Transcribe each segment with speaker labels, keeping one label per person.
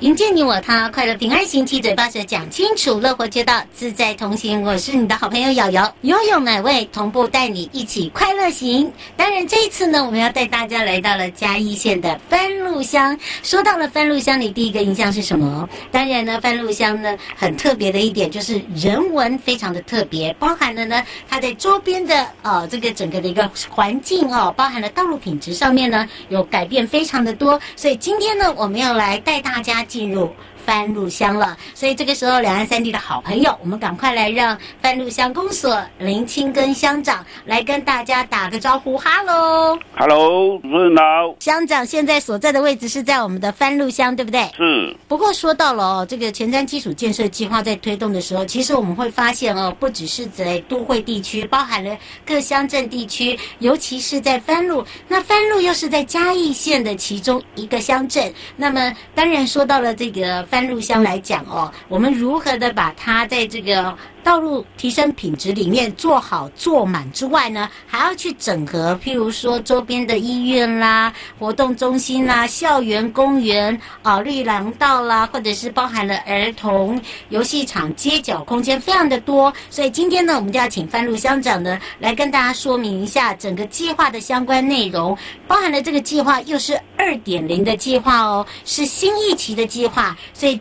Speaker 1: 迎接你我他，快乐平安行，七嘴八舌讲清楚，乐活街道自在同行。我是你的好朋友瑶瑶，悠悠美味同步带你一起快乐行。当然，这一次呢，我们要带大家来到了嘉义县的番路乡。说到了番路乡，你第一个印象是什么？当然呢，番路乡呢很特别的一点就是人文非常的特别，包含了呢它在周边的呃这个整个的一个环境哦，包含了道路品质上面呢有改变非常的多。所以今天呢，我们要来带大家进入番路乡了。所以这个时候，两岸三地的好朋友，我们赶快来让番路乡公所林清根乡长来跟大家打个招呼，哈喽，
Speaker 2: Hello，主持人好，
Speaker 1: 乡长现在所在的位置是在我们的番路乡，对不对？
Speaker 2: 是
Speaker 1: 嗯不过说到了哦，这个前瞻基础建设计划在推动的时候，其实我们会发现哦，不只是在都会地区，包含了各乡镇地区，尤其是在番路。那番路又是在嘉义县的其中一个乡镇。那么当然说到了这个番路乡来讲哦，我们如何的把它在这个道路提升品质里面做好做满之外呢，还要去整合，譬如说周边的医院啦、活动中心啦、校园、公园啊、绿廊道啦，或者是包含了儿童游戏场、街角空间，非常的多。所以今天呢，我们就要请番路乡长呢来跟大家说明一下整个计划的相关内容，包含了这个计划又是二点零的计划哦，是新一期的计划，所以。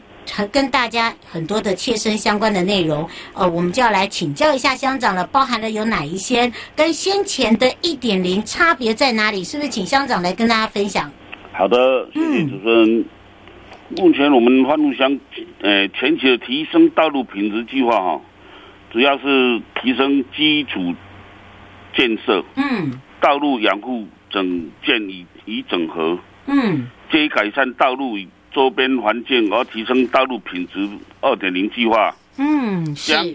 Speaker 1: 跟大家很多的切身相关的内容，呃，我们就要来请教一下乡长了，包含了有哪一些，跟先前的一点零差别在哪里？是不是请乡长来跟大家分享？
Speaker 2: 好的，谢谢
Speaker 1: 嗯
Speaker 2: 主持人。目前我们番路乡，呃，全球提升道路品质计划哈、主要是提升基础建设、
Speaker 1: 嗯
Speaker 2: 道路养护整建与与整合，
Speaker 1: 嗯
Speaker 2: 皆改善道路与周边环境，而提升道路品质。二点零计划
Speaker 1: 嗯，是
Speaker 2: 将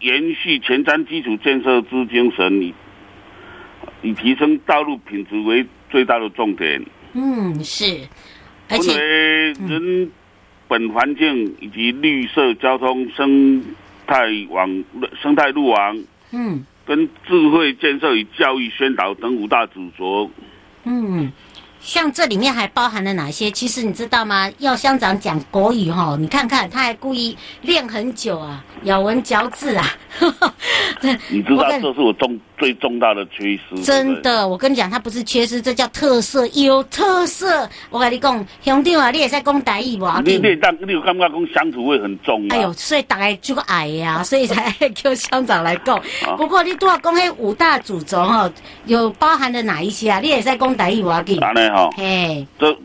Speaker 2: 延续前瞻基础建设之精神，以以提升道路品质为最大的重点。
Speaker 1: 嗯是，而
Speaker 2: 因
Speaker 1: 且
Speaker 2: 为人本环境以及绿色交通生态网、生态路网
Speaker 1: 嗯
Speaker 2: 跟智慧建设与教育宣导等五大主轴。
Speaker 1: 嗯。像这里面还包含了哪些？其实你知道吗？要乡长讲国语哈，你看看他还故意练很久啊，咬文嚼字啊。
Speaker 2: 你知
Speaker 1: 我
Speaker 2: 道
Speaker 1: 跟
Speaker 2: 这是我重最重大的缺失。对
Speaker 1: 真
Speaker 2: 不对，
Speaker 1: 的，我跟你讲，它不是缺失，这叫特色，有特色。我跟你讲，兄弟啊，你也在讲台语吧？
Speaker 2: 你你当啊你有感觉讲乡土味很重啊？
Speaker 1: 哎呦，所以大概就矮呀，所以才叫乡长来讲。不过你都要讲那五大主轴哦，有包含了哪一些啊？你也在讲台语吧？给，
Speaker 2: 当然哈，
Speaker 1: 嘿，
Speaker 2: 这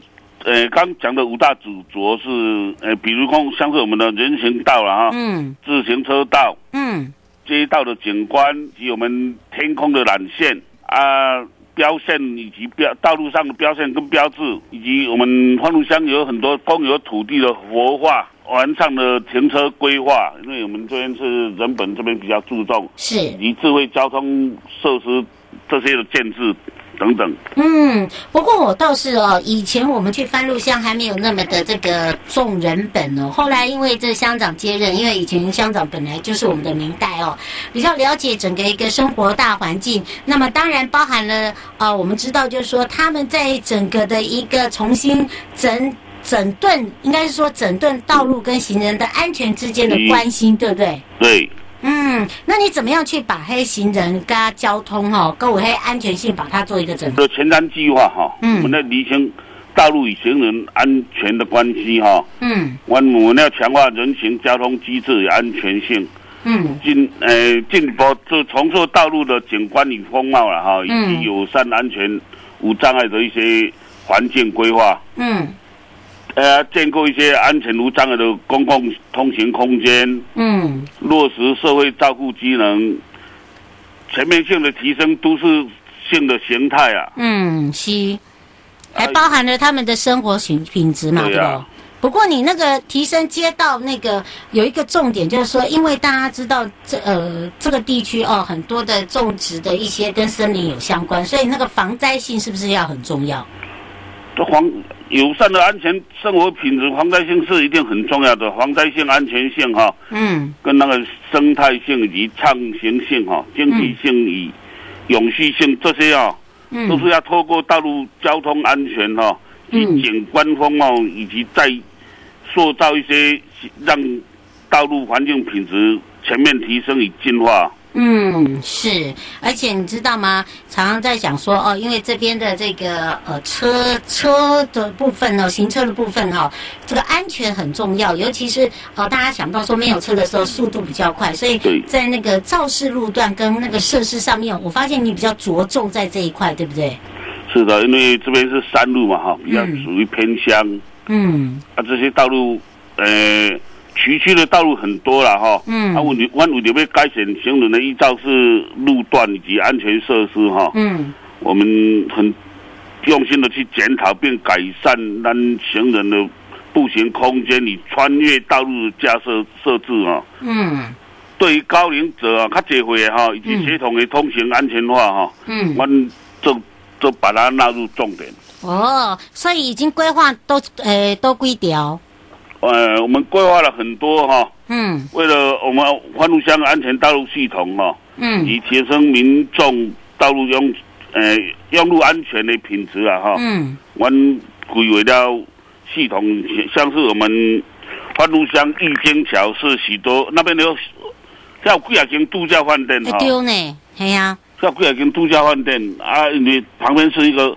Speaker 2: 呃刚讲的五大主轴是呃，比如说像是我们的人行道了哈，
Speaker 1: 嗯
Speaker 2: 自行车道。
Speaker 1: 嗯
Speaker 2: 街道的景观及我们天空的缆线啊、标线以及标道路上的标线跟标志，以及我们欢路乡有很多公有土地的活化，完善的停车规划，因为我们这边是人本这边比较注重，以
Speaker 1: 是。
Speaker 2: 及智慧交通设施这些的建制等等。
Speaker 1: 嗯，不过我倒是哦，以前我们去番路乡还没有那么的这个重人本哦。后来因为这乡长接任，因为以前乡长本来就是我们的明代哦，比较了解整个一个生活大环境。那么当然包含了呃，我们知道就是说他们在整个的一个重新整整顿，应该是说整顿道路跟行人的安全之间的关心，对不对？
Speaker 2: 对，
Speaker 1: 嗯，那你怎么样去把黑行人跟交通哦，跟我黑安全性把它做一个整合？
Speaker 2: 这前瞻计划哈，
Speaker 1: 嗯
Speaker 2: 我们在厘清道路与行人安全的关系哈，
Speaker 1: 嗯
Speaker 2: 我们我们要强化人行交通机制与安全性。
Speaker 1: 嗯。
Speaker 2: 进呃进一步就重塑道路的景观与风貌了哈，以
Speaker 1: 嗯
Speaker 2: 及友善、安全、无障碍的一些环境规划。
Speaker 1: 嗯
Speaker 2: 呃，建构一些安全无障碍的公共通行空间，
Speaker 1: 嗯
Speaker 2: 落实社会照顾机能，全面性的提升都市性的形态啊。
Speaker 1: 嗯，是，还
Speaker 2: 哎
Speaker 1: 包含了他们的生活品品质嘛，
Speaker 2: 对
Speaker 1: 对
Speaker 2: 呀
Speaker 1: 不？不过你那个提升街道那个有一个重点，就是说，因为大家知道这呃这个地区哦，很多的种植的一些跟森林有相关，所以那个防灾性是不是要很重要？
Speaker 2: 这防友善的安全生活品质、防灾性是一定很重要的，防灾性、安全性哈、
Speaker 1: 嗯嗯
Speaker 2: 跟那个生态性以及畅行性哈、经济性与永续性这些哦，都是要透过道路交通安全哦，及
Speaker 1: 嗯嗯
Speaker 2: 景观风貌，以及再塑造一些让道路环境品质全面提升与进化。
Speaker 1: 嗯，是，而且你知道吗？常常在讲说哦，因为这边的这个呃车车的部分哦，行车的部分哦，这个安全很重要，尤其是呃大家想到说没有车的时候，速度比较快，所以
Speaker 2: 对
Speaker 1: 在那个肇事路段跟那个设施上面，我发现你比较着重在这一块，对不对？
Speaker 2: 是的，因为这边是山路嘛，哈，比较
Speaker 1: 嗯
Speaker 2: 属于偏乡、
Speaker 1: 嗯
Speaker 2: 啊，这些道路，呃，崎岖的道路很多了哈。
Speaker 1: 嗯
Speaker 2: 啊，我们我们有被该选行人的依照是路段以及安全设施哈。
Speaker 1: 嗯
Speaker 2: 我们很用心的去检讨并改善咱行人的步行空间与穿越道路的架设设置啊。
Speaker 1: 嗯
Speaker 2: 对于高龄者啊，较侪岁哈，以及
Speaker 1: 嗯
Speaker 2: 协同的通行安全化哈，
Speaker 1: 嗯，
Speaker 2: 我们就就把它纳入重点。
Speaker 1: 哦，所以已经规划都呃都规条，
Speaker 2: 呃，我们规划了很多哈、
Speaker 1: 嗯
Speaker 2: 为了我们欢路乡安全道路系统哦，
Speaker 1: 嗯
Speaker 2: 以提升民众道路用呃用路安全的品质啊哈，
Speaker 1: 嗯
Speaker 2: 我们规划了系统，像是我们欢路乡玉京桥是许多那边有，像有几啊间度假饭店
Speaker 1: 会
Speaker 2: 哈、
Speaker 1: 丢呢，嘿呀、
Speaker 2: 像有几啊间度假饭店啊，你旁边是一个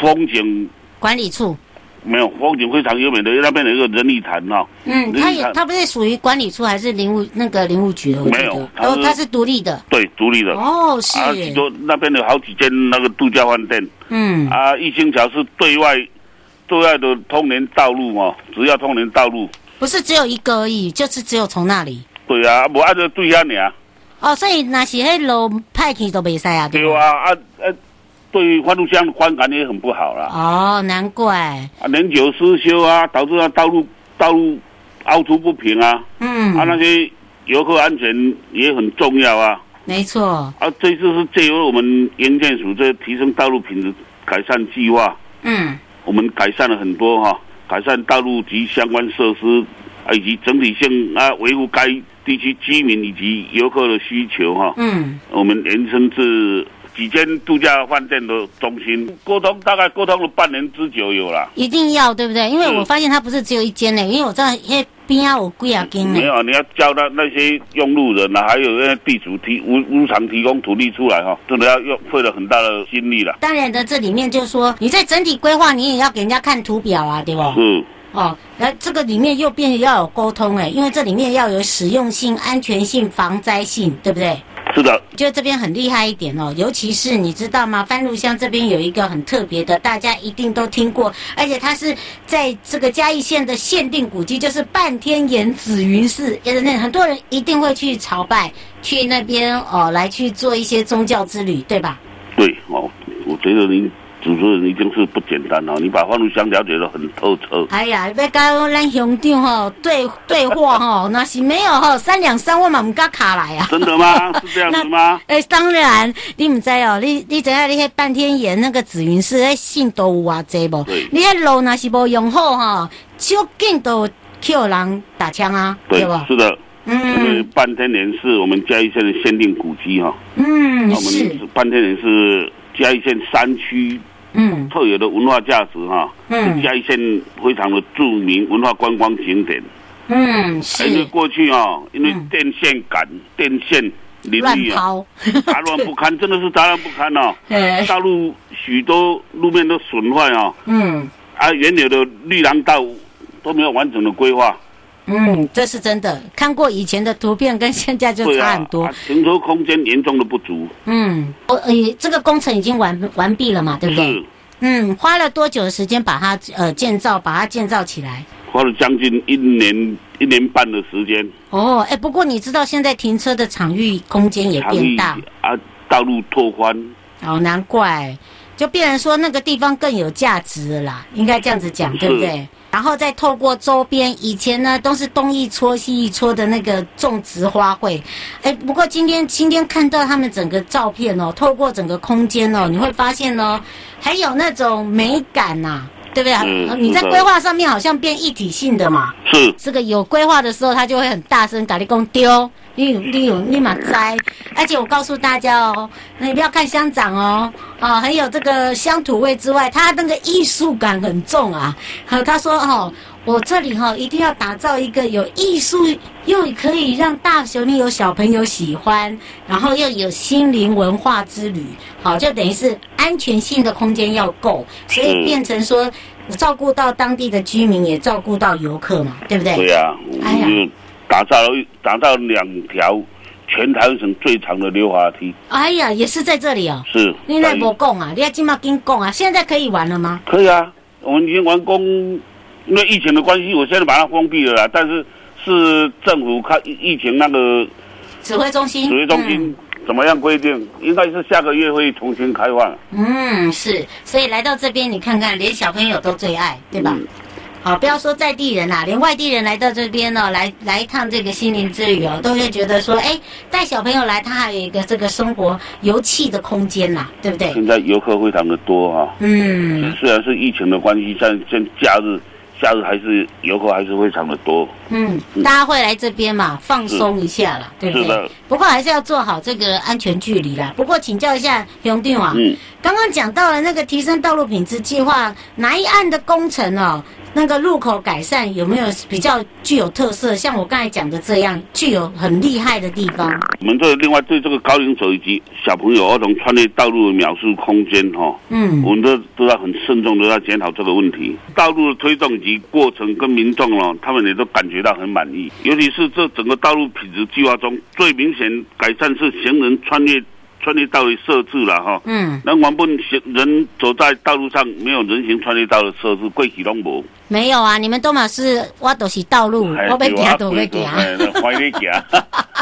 Speaker 2: 风景
Speaker 1: 管理处。
Speaker 2: 没有风景非常优美的，那边有一个人力潭哈、
Speaker 1: 嗯，
Speaker 2: 林
Speaker 1: 它
Speaker 2: 务
Speaker 1: 也
Speaker 2: 它
Speaker 1: 它不是属于管理处还是林务那个林务局的？我记
Speaker 2: 没
Speaker 1: 得
Speaker 2: 有它
Speaker 1: 哦
Speaker 2: 是，
Speaker 1: 它是独立的。
Speaker 2: 对，独立的。
Speaker 1: 哦，是，
Speaker 2: 啊，许多那边有好几间那个度假饭店，
Speaker 1: 嗯
Speaker 2: 啊，一星桥是对外对外的通联道路哦，只要通联道路。
Speaker 1: 不是只有一个而已，就是只有从那里。
Speaker 2: 对啊，无按照对遐尔。啊
Speaker 1: 哦，所以那是迄楼派去都袂使啊，
Speaker 2: 对
Speaker 1: 吧？
Speaker 2: 啊，啊啊，对欢路乡的观感也很不好啦。
Speaker 1: 哦，难怪，
Speaker 2: 啊，年久失修啊，导致啊道路道路凹凸不平啊，啊那
Speaker 1: 嗯，
Speaker 2: 些游客安全也很重要啊。
Speaker 1: 没错，
Speaker 2: 啊，这次是借由我们营建署这提升道路品质改善计划，
Speaker 1: 嗯
Speaker 2: 我们改善了很多哈、改善道路及相关设施，啊以及整体性啊维护该地区居民以及游客的需求哈、
Speaker 1: 嗯
Speaker 2: 我们延伸至几间度假饭店的中心，沟通大概沟通了半年之久有啦。
Speaker 1: 一定要对不对？因为
Speaker 2: 嗯
Speaker 1: 我发现它不是只有一间呢，因为我知道迄边啊有几啊间呢
Speaker 2: 没。有啊，你要教那那些用路人啊，还有那些地主提无无偿提供土地出来哈、真的要用费了很大的心力了。
Speaker 1: 当然的，这里面就说你在整体规划，你也要给人家看图表啊，对吧？
Speaker 2: 是，
Speaker 1: 哦，那这个里面又变得要有沟通哎，因为这里面要有实用性、安全性、防灾性，对不对？
Speaker 2: 是的，
Speaker 1: 我觉得这边很厉害一点哦，尤其是你知道吗？番路乡这边有一个很特别的，大家一定都听过，而且它是在这个嘉义县的限定古迹，就是半天岩紫云寺，也那很多人一定会去朝拜，去那边哦来去做一些宗教之旅，对吧？
Speaker 2: 对哦，我觉得您主持人一定是不简单哦，你把欢路乡了解的很透彻。
Speaker 1: 哎呀，要跟咱乡长吼对对话吼，那是没有吼三两三万嘛，唔敢卡来啊。
Speaker 2: 真 的吗？是这样子吗？
Speaker 1: 哎、当然，你唔知哦，你你知影你迄半天岩那个紫云寺，迄信都有偌济无
Speaker 2: 对？
Speaker 1: 你迄路若是无用好吼，手紧都有去有人打枪啊，
Speaker 2: 对
Speaker 1: 对不，？
Speaker 2: 是的，因为
Speaker 1: 嗯
Speaker 2: 半天莲是我们嘉义县的限定古迹哈、那
Speaker 1: 嗯
Speaker 2: 啊我
Speaker 1: 是
Speaker 2: 们半天莲是嘉义县山区
Speaker 1: 嗯
Speaker 2: 特有的文化价值哈、是
Speaker 1: 嗯
Speaker 2: 嘉义县非常的著名文化观光景点。
Speaker 1: 嗯
Speaker 2: 因为
Speaker 1: 是
Speaker 2: 过去哦，因为
Speaker 1: 嗯
Speaker 2: 电线杆、电线林
Speaker 1: 乱
Speaker 2: 立啊，
Speaker 1: 抛，
Speaker 2: 杂乱不堪，真的是杂乱不堪哦。
Speaker 1: 哎
Speaker 2: 道路许多路面都损坏哦，
Speaker 1: 嗯
Speaker 2: 啊，原有的绿廊道都没有完整的规划。
Speaker 1: 嗯，这是真的。看过以前的图片跟现在就
Speaker 2: 对
Speaker 1: 差
Speaker 2: 啊
Speaker 1: 很多。
Speaker 2: 啊停车空间严重的不足，
Speaker 1: 嗯，我呃这个工程已经完完毕了嘛，对不对？
Speaker 2: 是
Speaker 1: 嗯，花了多久的时间把它呃建造，把它建造起来？
Speaker 2: 花了将近一年一年半的时间，
Speaker 1: 哦，哎，不过你知道现在停车的场域空间也
Speaker 2: 长
Speaker 1: 变
Speaker 2: 吁
Speaker 1: 大，
Speaker 2: 啊，道路拓宽，
Speaker 1: 哦，难怪，就变成说那个地方更有价值了啦，应该这样子讲，对不对？然后再透过周边，以前呢都是东一撮西一撮的那个种植花卉，哎，不过今天今天看到他们整个照片哦，透过整个空间哦，你会发现哦，还有那种美感呐、对不对？
Speaker 2: 嗯
Speaker 1: 你在
Speaker 2: 是的
Speaker 1: 规划上面好像变一体性的嘛。
Speaker 2: 是
Speaker 1: 这个有规划的时候，他就会很大声打立功丢，你有你有立马摘。而且我告诉大家哦，那你不要看乡长哦，哦，很有这个乡土味之外，他那个艺术感很重啊。好，他说哦，我这里哈、一定要打造一个有艺术，又可以让大熊你有小朋友喜欢，然后又有心灵文化之旅。好，就等于是安全性的空间要够，所以
Speaker 2: 嗯
Speaker 1: 变成说照顾到当地的居民，也照顾到游客嘛，对不对？
Speaker 2: 对啊呀、
Speaker 1: 哎呀
Speaker 2: 我们就打造了一打造了两条全台湾省最长的溜滑梯，
Speaker 1: 哎呀，也是在这里哦。
Speaker 2: 是
Speaker 1: 你那不供
Speaker 2: 嗯
Speaker 1: 啊？你要今麦跟供啊？现在可以玩了吗？
Speaker 2: 可以啊，我们已经完工，因为疫情的关系，我现在把它封闭了啦。但是是政府看疫疫情那个
Speaker 1: 指挥中心，
Speaker 2: 指挥中
Speaker 1: 嗯
Speaker 2: 心怎么样规定，应该是下个月会重新开放。
Speaker 1: 嗯，嗯，是。所以来到这边，你看看，连小朋友都最爱，对吧？
Speaker 2: 嗯
Speaker 1: 好，不要说在地人啦、连外地人来到这边呢、来来一趟这个心灵之旅哦，都会觉得说，哎，带小朋友来，他还有一个这个生活游憩的空间啦，对不对？
Speaker 2: 现在游客非常的多哈、
Speaker 1: 嗯
Speaker 2: 虽然是疫情的关系，但现假日假日还是游客还是非常的多。
Speaker 1: 嗯，大家会来这边嘛，放松一下啦，对不
Speaker 2: 嗯是的
Speaker 1: 对？不过还是要做好这个安全距离啦。不过请教一下兄弟啊，
Speaker 2: 嗯，
Speaker 1: 刚刚讲到了那个提升道路品质计划，哪一案的工程哦，那个路口改善有没有比较具有特色？像我刚才讲的这样，具有很厉害的地方。
Speaker 2: 我们这另外对这个高龄者以及小朋友儿童穿越道路的描述空间哈、
Speaker 1: 嗯
Speaker 2: 我们都都要很慎重的要检讨这个问题。道路的推动以及过程跟民众哦，他们也都感觉到很满意。尤其是这整个道路品质计划中，最明显改善是行人穿越穿越道的设置了哈。
Speaker 1: 嗯，
Speaker 2: 那原本行人走在道路上没有人行穿越道的设置，贵起拢无。
Speaker 1: 没有啊，你们都嘛是我都是道路，
Speaker 2: 哎
Speaker 1: 嗯我被
Speaker 2: 对啊
Speaker 1: 行都 被
Speaker 2: 对
Speaker 1: 行
Speaker 2: 啊，对啊欢迎你行，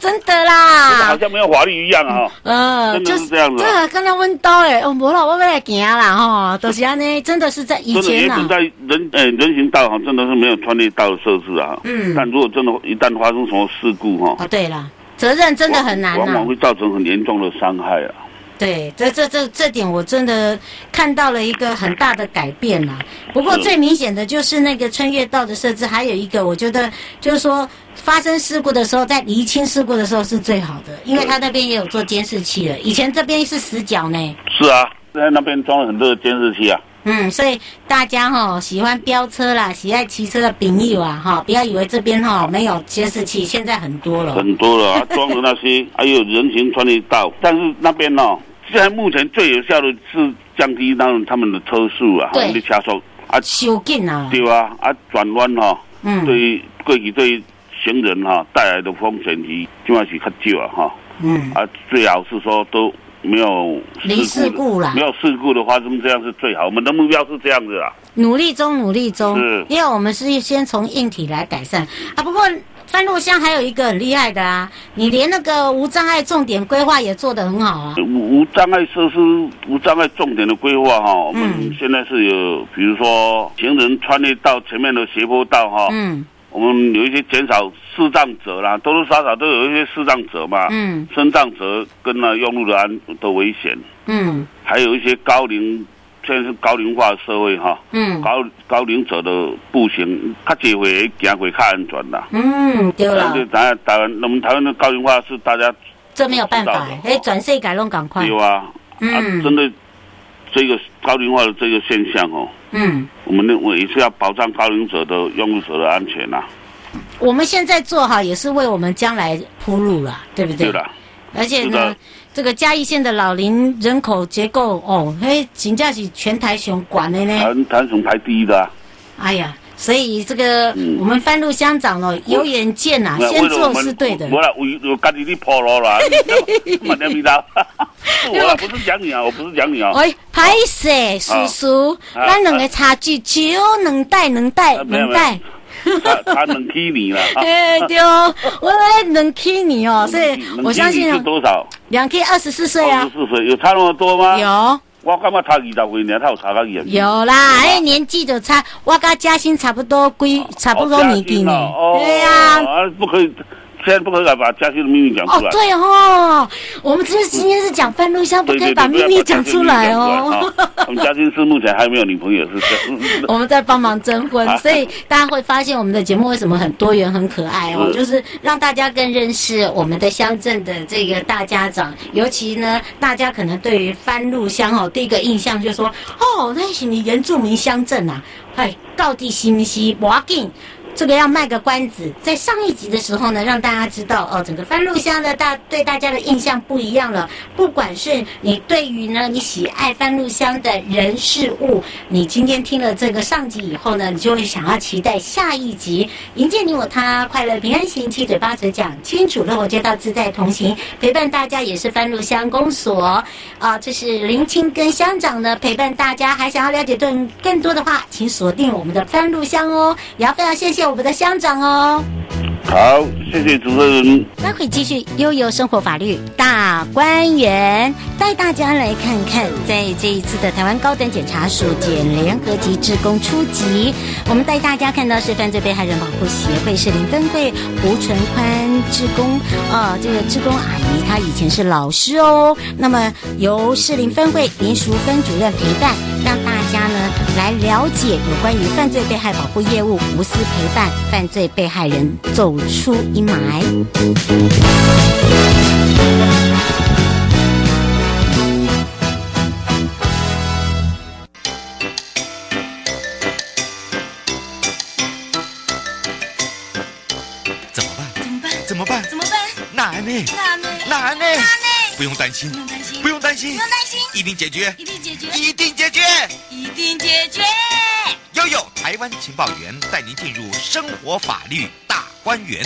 Speaker 1: 真 的
Speaker 2: 好
Speaker 1: 啦。
Speaker 2: 像没有法律一样啊、哦。
Speaker 1: 呃，
Speaker 2: 真的
Speaker 1: 就是
Speaker 2: 这样子啊
Speaker 1: 对，刚才问到哎，哦，无了，我要来行啦，吼，就是安尼，真的是在以
Speaker 2: 真的，
Speaker 1: 前啊
Speaker 2: 也
Speaker 1: 呐、
Speaker 2: 许在人呃人行道哈，真的是没有穿越道的设置啊。
Speaker 1: 嗯
Speaker 2: 但如果真的一旦发生什么事故哈、
Speaker 1: 哦，对了，责任真的很难呐、啊
Speaker 2: 往往会造成很严重的伤害啊。
Speaker 1: 对，这这这这点我真的看到了一个很大的改变啦。不过
Speaker 2: 是
Speaker 1: 最明显的就是那个穿越道的设置，还有一个我觉得就是说发生事故的时候，在厘清事故的时候是最好的，因为他那边也有做监视器了。以前这边是死角呢，
Speaker 2: 是啊，在那边装了很多的监视器啊。
Speaker 1: 嗯，所以大家哈、喜欢飙车啦，喜爱骑车的朋友啊哈、不要以为这边哈、没有监视器，现在很多了。
Speaker 2: 很多了，啊， 装了那些，还有人行穿越道。但是那边呢、哦，现在目前最有效的是降低他们他们的车速啊，
Speaker 1: 对
Speaker 2: 他们的车速啊，
Speaker 1: 修紧啊，
Speaker 2: 对吧？啊，转弯哈，
Speaker 1: 嗯，
Speaker 2: 对过去对行人哈、带来的风险是基本上是较少啊哈。
Speaker 1: 嗯，
Speaker 2: 啊，最好是说都没有
Speaker 1: 零事故啦
Speaker 2: 没有事故的发生，这样是最好。我们的目标是这样子啊。
Speaker 1: 努力中，努力中
Speaker 2: 是，
Speaker 1: 因为我们是先从硬体来改善啊。不过番路乡还有一个很厉害的啊，你连那个无障碍重点规划也做得很好啊。
Speaker 2: 无无障碍设施、无障碍重点的规划哈，我们
Speaker 1: 嗯
Speaker 2: 现在是有，比如说行人穿越到前面的斜坡道哈，
Speaker 1: 嗯
Speaker 2: 我们有一些减少视障者啦，多多少少都有一些视障者嘛，
Speaker 1: 嗯
Speaker 2: 身障者跟那用路人的危险，
Speaker 1: 嗯
Speaker 2: 还有一些高龄，现在是高龄化的社会哈，
Speaker 1: 嗯
Speaker 2: 高高龄者的步行，较这回行会较安全啦。
Speaker 1: 嗯，对
Speaker 2: 但
Speaker 1: 了
Speaker 2: 是，咱台湾，我们台湾的高龄化是大家
Speaker 1: 这没有办法
Speaker 2: 知道，的
Speaker 1: 哎，转世改弄赶快。
Speaker 2: 有啊，啊，针
Speaker 1: 嗯
Speaker 2: 对这个高龄化的这个现象哦，
Speaker 1: 嗯，
Speaker 2: 我们认为也是要保障高龄者的用路者的安全呐、啊。
Speaker 1: 我们现在做好也是为我们将来铺路了，对不对？
Speaker 2: 对了，
Speaker 1: 而且
Speaker 2: 是
Speaker 1: 呢
Speaker 2: 的，
Speaker 1: 这个嘉义县的老龄人口结构哦，嘿，请假是全台雄管的呢。
Speaker 2: 台湾台湾省排第一的、啊，
Speaker 1: 哎呀，所以这个、
Speaker 2: 嗯
Speaker 1: 我们番路乡长哦，有远见呐、
Speaker 2: 那
Speaker 1: 先做是对的。
Speaker 2: 我啦，我我赶紧去破楼 啦，满天明道， 是我啦，不是讲你啊，我不是讲 你啊，
Speaker 1: 喂，哎拍摄叔叔，
Speaker 2: 啊
Speaker 1: 咱两个差距只有两代，两代，
Speaker 2: 啊没有
Speaker 1: 两
Speaker 2: 没有
Speaker 1: 代。
Speaker 2: 他他能踢你了啊，
Speaker 1: 哎， 对哦，我来能踢你哦，所以
Speaker 2: 能
Speaker 1: 我
Speaker 2: 踢
Speaker 1: 相
Speaker 2: 嗯你
Speaker 1: 信哦
Speaker 2: 是多少？
Speaker 1: 两 K 二十四岁
Speaker 2: 二
Speaker 1: 啊
Speaker 2: 十，四啊岁，有差那么多吗？，
Speaker 1: 有
Speaker 2: 我干嘛差二十岁呢？他有啊差到远。
Speaker 1: 有啦，哎，年纪就差，我跟嘉欣差不多，归差不多年纪呢
Speaker 2: 哦，。
Speaker 1: 对呀，
Speaker 2: 啊，不可以，现在不可以把家庭的秘密讲
Speaker 1: 哦
Speaker 2: 出来。，
Speaker 1: 对哦，我们只是今天是讲番路乡，不
Speaker 2: 对
Speaker 1: 可以
Speaker 2: 对对，
Speaker 1: 把
Speaker 2: 不
Speaker 1: 秘
Speaker 2: 要
Speaker 1: 密
Speaker 2: 把
Speaker 1: 讲
Speaker 2: 这
Speaker 1: 出
Speaker 2: 个秘密
Speaker 1: 来
Speaker 2: 讲
Speaker 1: 哦。
Speaker 2: 出来。啊我们嘉欣是目前还没有女朋友，是这样。
Speaker 1: 我们在帮忙征婚，
Speaker 2: 啊
Speaker 1: 所以大家会发现我们的节目为什么很多元、很可爱哦，
Speaker 2: 是
Speaker 1: 就是让大家更认识我们的乡镇的这个大家长。尤其呢，大家可能对于番路乡哦，第一个印象就说，哦，那是你原住民乡镇啊，哎，到底行不行？不要紧。这个要卖个关子，在上一集的时候呢，让大家知道哦，整个番路乡的大对大家的印象不一样了。不管是你对于呢你喜爱番路乡的人事物，你今天听了这个上集以后呢，你就会想要期待下一集。迎接你我他，快乐平安行，七嘴八舌讲清楚，乐活街道自在同行，陪伴大家也是番路乡公所啊、这是林清跟乡长呢陪伴大家。还想要了解更更多的话，请锁定我们的番路乡哦。也要非常谢谢我们的乡长哦。
Speaker 2: 好，谢谢主持人。
Speaker 1: 待会继续悠悠生活法律大观园，带大家来看看，在这一次的台湾高等检察署检联合及职工初级，我们带大家看到是犯罪被害人保护协会士林分会胡纯宽职工，呃，这个职工阿姨她以前是老师哦，那么由士林分会林淑芬主任陪伴，让大家呢来了解有关于犯罪被害保护业务，无私陪伴犯罪被害人走出阴霾。
Speaker 3: 怎么办？
Speaker 4: 怎么办？
Speaker 3: 怎么办？
Speaker 4: 怎么办？
Speaker 3: 难呢，
Speaker 4: 那呢？
Speaker 3: 难呢，
Speaker 4: 呢？
Speaker 3: 不用担心
Speaker 4: 不，用担心，
Speaker 3: 不用担心
Speaker 4: 不，用担心，
Speaker 3: 一定解决，
Speaker 4: 一定解决，
Speaker 3: 一定解决。
Speaker 4: 一定解决。
Speaker 3: 悠悠台湾情报员带您进入生活法律大观园。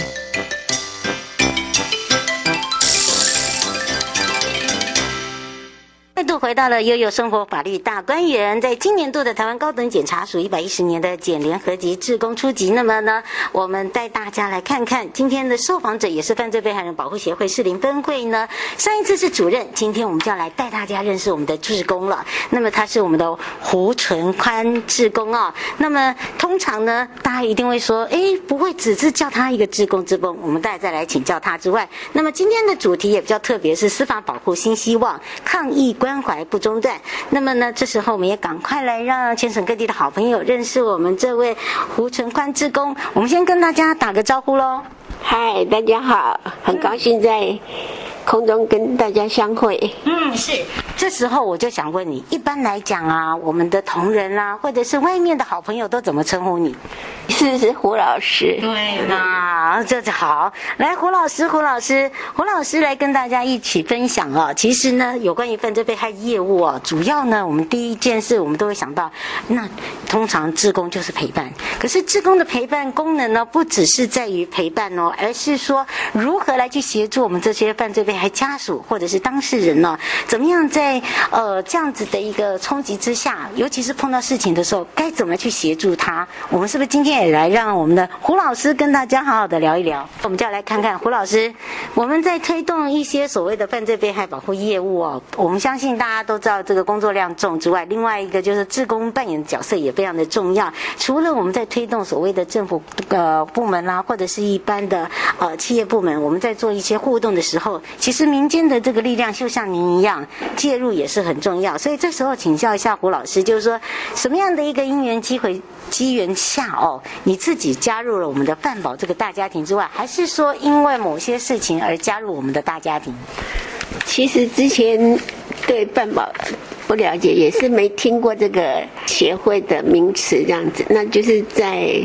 Speaker 1: 再度回到了悠悠生活法律大观园，在今年度的台湾高等检察署一百一十年的检联合级志工初级，那么呢，我们带大家来看看今天的受访者也是犯罪被害人保护协会士林分会呢。上一次是主任，今天我们就要来带大家认识我们的志工了。那么他是我们的胡纯宽志工哦。 那么通常呢，大家一定会说，诶，不会只是叫他一个志工之工，我们大家再来请教他之外，那么今天的主题也比较特别，是司法保护新希望，抗疫关怀不中断。那么呢，这时候我们也赶快来让全省各地的好朋友认识我们这位胡纯宽志工。我们先跟大家打个招呼喽。
Speaker 5: 嗨，大家好，很高兴在空中跟大家相会。
Speaker 1: 嗯，是。这时候我就想问你，一般来讲啊，我们的同仁啊，或者是外面的好朋友都怎么称呼你？
Speaker 5: 是是胡老师，
Speaker 1: 对啦，嗯这就好。来，胡老师，胡老师，胡老师来跟大家一起分享哦。其实呢，有关于犯罪被害业务哦，主要呢，我们第一件事我们都会想到，那通常志工就是陪伴。可是志工的陪伴功能呢，不只是在于陪伴哦，而是说如何来去协助我们这些犯罪被害家属或者是当事人呢、怎么样在呃这样子的一个冲击之下，尤其是碰到事情的时候，该怎么去协助他？我们是不是今天也来让我们的胡老师跟大家好好的聊一聊？我们就要来看看胡老师，我们在推动一些所谓的犯罪被害保护业务哦，我们相信大家都知道这个工作量重之外，另外一个就是志工扮演的角色也非常的重要。除了我们在推动所谓的政府呃部门啦、或者是一般的呃企业部门，我们在做一些互动的时候，其实民间的这个力量就像您一样介入也是很重要。所以这时候请教一下胡老师，就是说什么样的一个因缘机会机缘下哦，你自己加入了我们的饭宝这个大家庭之外，还是说因为某些事情而加入我们的大家庭？
Speaker 5: 其实之前对半宝不了解，也是没听过这个协会的名词这样子。那就是在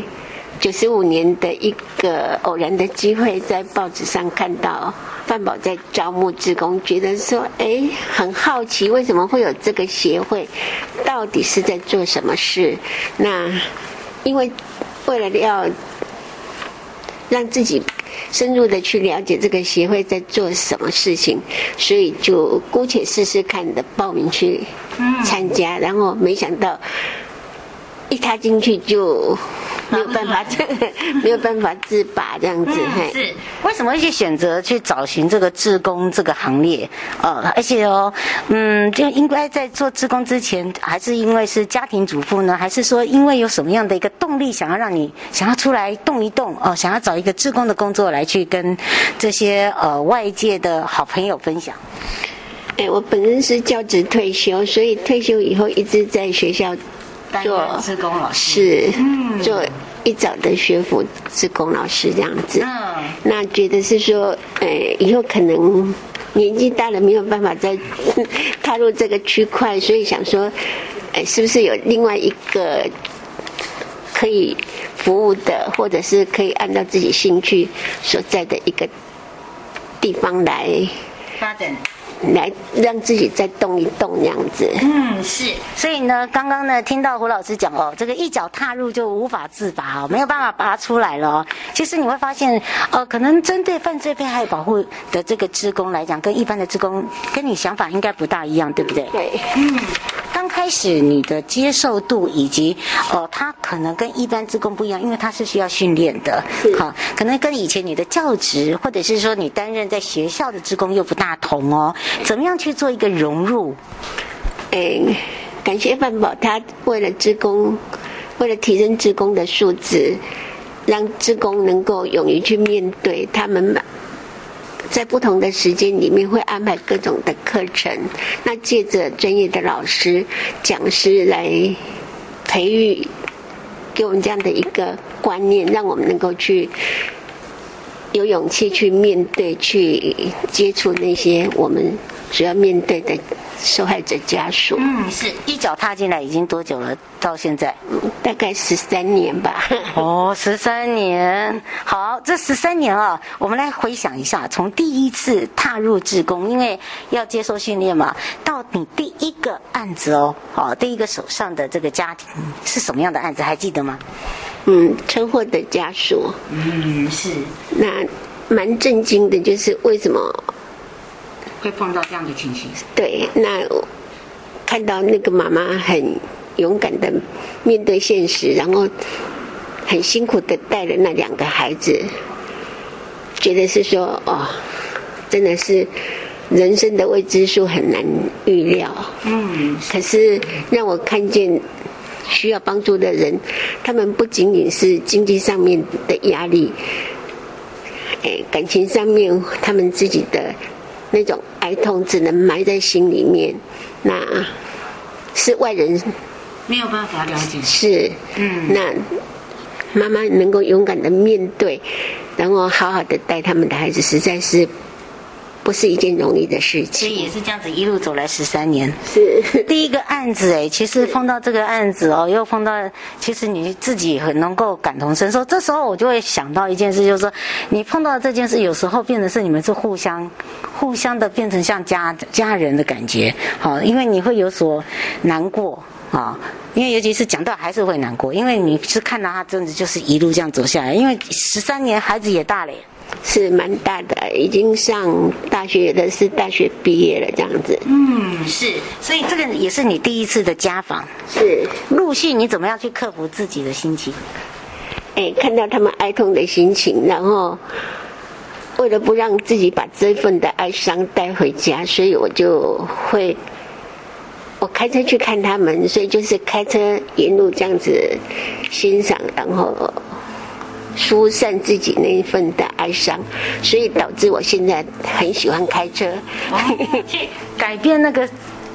Speaker 5: 九十五年的一个偶然的机会，在报纸上看到半宝在招募职工，觉得说，哎，很好奇为什么会有这个协会，到底是在做什么事？那因为为了要让自己深入的去了解这个协会在做什么事情，所以就姑且试试看的报名去
Speaker 6: 嗯
Speaker 5: 参加，然后没想到一踏进去就没有办法，
Speaker 6: 嗯
Speaker 5: 没有办法自拔这样子，嘿。
Speaker 1: 嗯是，为什么会去选择去找寻这个志工这个行列？呃，而且哦，嗯，就应该在做志工之前，还是因为是家庭主妇呢，还是说因为有什么样的一个动力，想要让你想要出来动一动哦、想要找一个志工的工作来去跟这些呃外界的好朋友分享？
Speaker 5: 哎，我本身是教职退休，所以退休以后一直在学校
Speaker 6: 担任
Speaker 5: 做
Speaker 6: 职工老师。嗯
Speaker 5: 是做一早的学府职工老师这样子。
Speaker 6: 嗯，
Speaker 5: 那觉得是说，呃，以后可能年纪大了，没有办法再踏入这个区块，所以想说，呃，是不是有另外一个可以服务的，或者是可以按照自己兴趣所在的一个地方来，
Speaker 6: 发展
Speaker 5: 来让自己再动一动这样子。
Speaker 6: 嗯，是，所以呢，刚刚呢听到胡老师讲哦，这个一脚踏入就无法自拔哦，没有办法拔出来了哦。其实你会发现，呃，可能针对犯罪被害保护的这个职工来讲，跟一般的职工跟你想法应该不大一样，对不对？
Speaker 5: 对，
Speaker 6: 刚开始你的接受度以及呃，他可能跟一般职工不一样，因为他是需要训练的，好，可能跟以前你的教职或者是说你担任在学校的职工又不大同哦。怎么样去做一个融入？
Speaker 5: 哎，感谢饭宝，他为了职工，为了提升职工的素质，让职工能够勇于去面对他们。在不同的时间里面会安排各种的课程，那借着专业的老师、讲师来培育，给我们这样的一个观念，让我们能够去有勇气去面对、去接触那些我们所要面对的受害者家属。
Speaker 6: 嗯，是一脚踏进来已经多久了？到现在
Speaker 5: 大概十三年吧。
Speaker 6: 哦，十三年。好，这十三年啊，我们来回想一下，从第一次踏入志工，因为要接受训练嘛，到你第一个案子哦，哦，第一个手上的这个家庭是什么样的案子？还记得吗？
Speaker 5: 嗯，车祸的家属，
Speaker 6: 嗯，是
Speaker 5: 那蛮震惊的，就是为什么
Speaker 6: 会碰到这样的情形。
Speaker 5: 对，那我看到那个妈妈很勇敢的面对现实，然后很辛苦的带了那两个孩子，觉得是说哦，真的是人生的未知数很难预料。嗯，可是让我看见。需要帮助的人，他们不仅仅是经济上面的压力，哎，感情上面他们自己的那种哀痛只能埋在心里面，那是外人
Speaker 6: 没有办法了解，
Speaker 5: 是，嗯，那妈妈能够勇敢的面对，然后好好的带他们的孩子，实在是不是一件容易的事
Speaker 6: 所以
Speaker 5: 情。
Speaker 6: 也是这样子一路走来十三年。
Speaker 5: 是，
Speaker 6: 第一个案子哎，其实碰到这个案子哦，又碰到，其实你自己很能够感同身受。这时候我就会想到一件事，就是说你碰到这件事，有时候变成是你们是互相、互相的变成像家家人的感觉，好、因为你会有所难过啊、因为尤其是讲到还是会难过，因为你是看到他真的就是一路这样走下来，因为十三年孩子也大了耶。
Speaker 5: 是蛮大的，已经上大学的是大学毕业了这样子。
Speaker 6: 嗯，是，所以这个也是你第一次的家访，
Speaker 5: 是，
Speaker 6: 陆续你怎么样去克服自己的心情？
Speaker 5: 哎，看到他们哀痛的心情，然后为了不让自己把这份的哀伤带回家，所以我就会我开车去看他们，所以就是开车沿路这样子欣赏，然后疏散自己那一份的哀伤，所以导致我现在很喜欢开车。
Speaker 6: 改变那个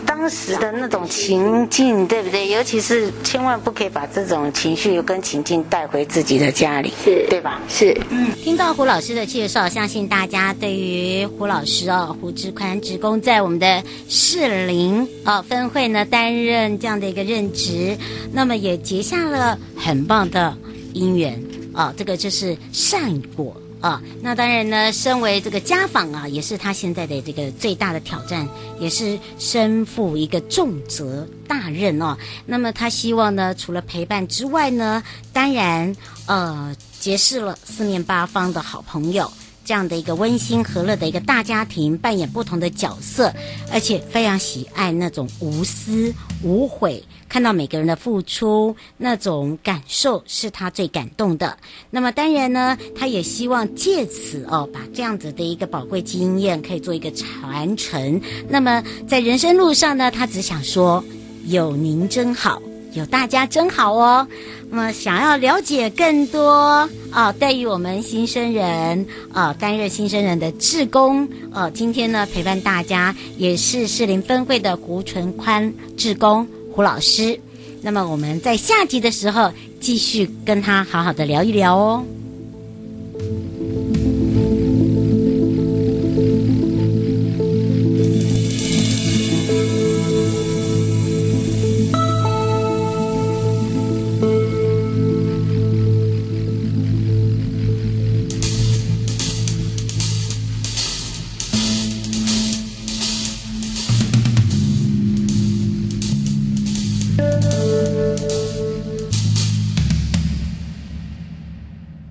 Speaker 6: 当时的那种情境，对不对？尤其是千万不可以把这种情绪跟情境带回自己的家里，
Speaker 5: 是
Speaker 6: 对吧？
Speaker 5: 是，
Speaker 1: 听到胡老师的介绍，相信大家对于胡老师哦，胡志宽职工在我们的士林哦分会呢担任这样的一个任职，那么也结下了很棒的姻缘哦，这个就是善果。啊、那当然呢，身为这个家访啊，也是他现在的这个最大的挑战，也是身负一个重责大任哦。那么他希望呢，除了陪伴之外呢，当然呃，结识了四面八方的好朋友。这样的一个温馨和乐的一个大家庭，扮演不同的角色，而且非常喜爱那种无私无悔，看到每个人的付出，那种感受是他最感动的。那么当然呢，他也希望借此哦，把这样子的一个宝贵经验可以做一个传承。那么在人生路上呢，他只想说：有您真好，有大家真好哦。那么想要了解更多啊，对于我们新生人啊，甘热新生人的志工，呃、啊，今天呢陪伴大家也是士林分会的胡纯宽志工胡老师。那么我们在下集的时候继续跟他好好的聊一聊哦。